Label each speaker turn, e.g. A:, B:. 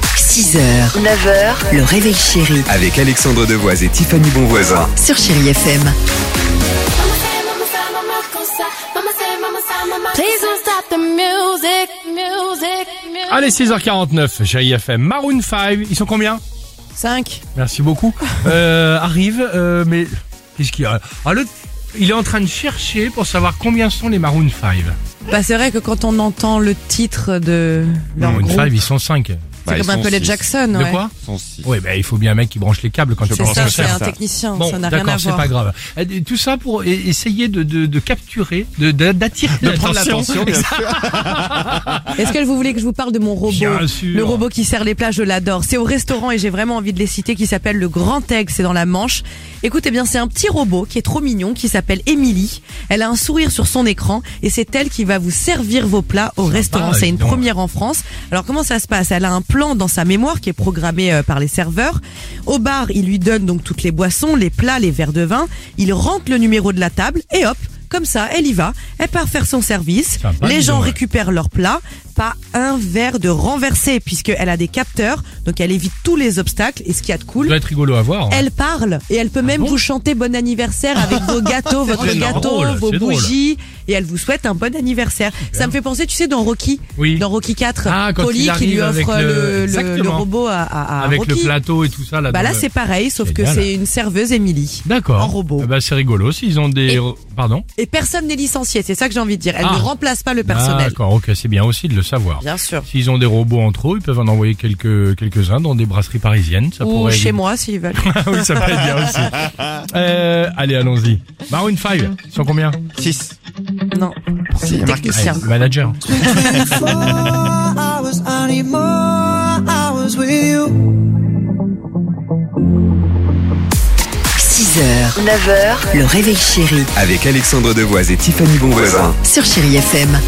A: 6h, 9h, le réveil chéri
B: Avec Alexandre Devoise et Tiffany Bonvoisin.
A: sur Chéri FM.
C: Mama say, mama say, mama gon' stop. Mama say, mama say, mama. Please don't stop the music, music, music.
D: Allez, 6h49, Chérie FM, Maroon 5, ils sont combien
E: 5.
D: Merci beaucoup. Euh, arrive, euh, mais qu'est-ce qu'il y a Ah, le- Il est en train de chercher pour savoir combien sont les Maroon 5.
E: Bah, c'est vrai que quand on entend le titre de leur
D: Maroon 5,
E: groupe,
D: Bah, ils sont 5.
E: c'est comme un peu les Jackson.
D: De
E: ouais.
D: quoi Oui, ben il faut bien un mec qui branche les câbles quand tu
E: C'est
D: commences
E: ça,
D: à
E: c'est
D: faire
E: un
D: ça.
E: technicien,
D: Bon,
E: ça n'a rien à
D: d'accord, c'est
E: voir.
D: pas grave. Euh, Tout ça pour e- essayer de, de- de capturer, de- de- d'attirer de, l'attention.
E: Est-ce que vous voulez que je vous parle de mon robot
D: Bien sûr.
E: Le robot qui sert les plages, je l'adore. C'est au restaurant et j'ai vraiment envie de les citer, qui s'appelle le Grand Aigle, c'est dans la Manche. Écoutez bien, c'est un petit robot qui est trop mignon, qui s'appelle Émilie. Elle a un sourire sur son écran et c'est elle qui va vous servir vos plats au restaurant. C'est
D: dis
E: une
D: donc.
E: première en France. Alors comment ça se passe Elle a un plan dans sa mémoire qui est programmé euh, par les serveurs. Au bar, il lui donne donc toutes les boissons, les plats, les verres de vin. Il rentre le numéro de la table et hop comme ça, elle y va, elle part faire son service,
D: Sympa,
E: les
D: dis
E: gens
D: donc, ouais.
E: récupèrent leur plat, pas un verre de renversé puisqu'elle a des capteurs, donc elle évite tous les obstacles et ce qu'il y a de
D: Ça
E: cool.
D: doit être rigolo à voir. hein.
E: Elle parle et elle peut même
D: Ah bon
E: vous chanter bon anniversaire avec vos gâteaux, votre
D: drôle.
E: gâteau,
D: Drôle,
E: vos
D: c'est drôle.
E: bougies et elle vous souhaite un bon anniversaire. Ça me fait penser, tu sais, dans Rocky,
D: Oui.
E: dans Rocky 4,
D: Ah, quand il
E: Polly qui
D: arrive
E: lui
D: avec
E: offre
D: le-
E: le, le- le
D: Exactement.
E: robot à, à- à
D: Avec
E: Rocky.
D: le plateau et tout ça. Là,
E: bah
D: dans
E: là
D: le-
E: c'est pareil, sauf que
D: Génial.
E: c'est une serveuse Émilie.
D: D'accord.
E: En robot.
D: Eh ben, c'est rigolo. S'ils ont des.
E: Et-
D: ro- Pardon
E: Et personne n'est licencié, c'est ça que j'ai envie de dire. Elle
D: Ah.
E: ne remplace pas le personnel.
D: D'accord, ok, c'est bien aussi de le savoir.
E: Bien sûr.
D: S'ils ont des robots en trop, ils peuvent en envoyer quelques, quelques-uns dans des brasseries parisiennes. Ça
E: Ou
D: pourrait
E: chez moi s'ils veulent.
D: oui, ça peut être bien aussi. Euh, allez, allons-y. Maroon 5, ils sont combien
F: 6.
E: Non.
D: Allez,
E: Technicien.
D: le Manager.
G: hours, I need more hours with you.
A: 6h, 9h, le réveil chéri
B: Avec Alexandre Devoise et Tiffany Bonvoisin.
A: sur Chéri FM.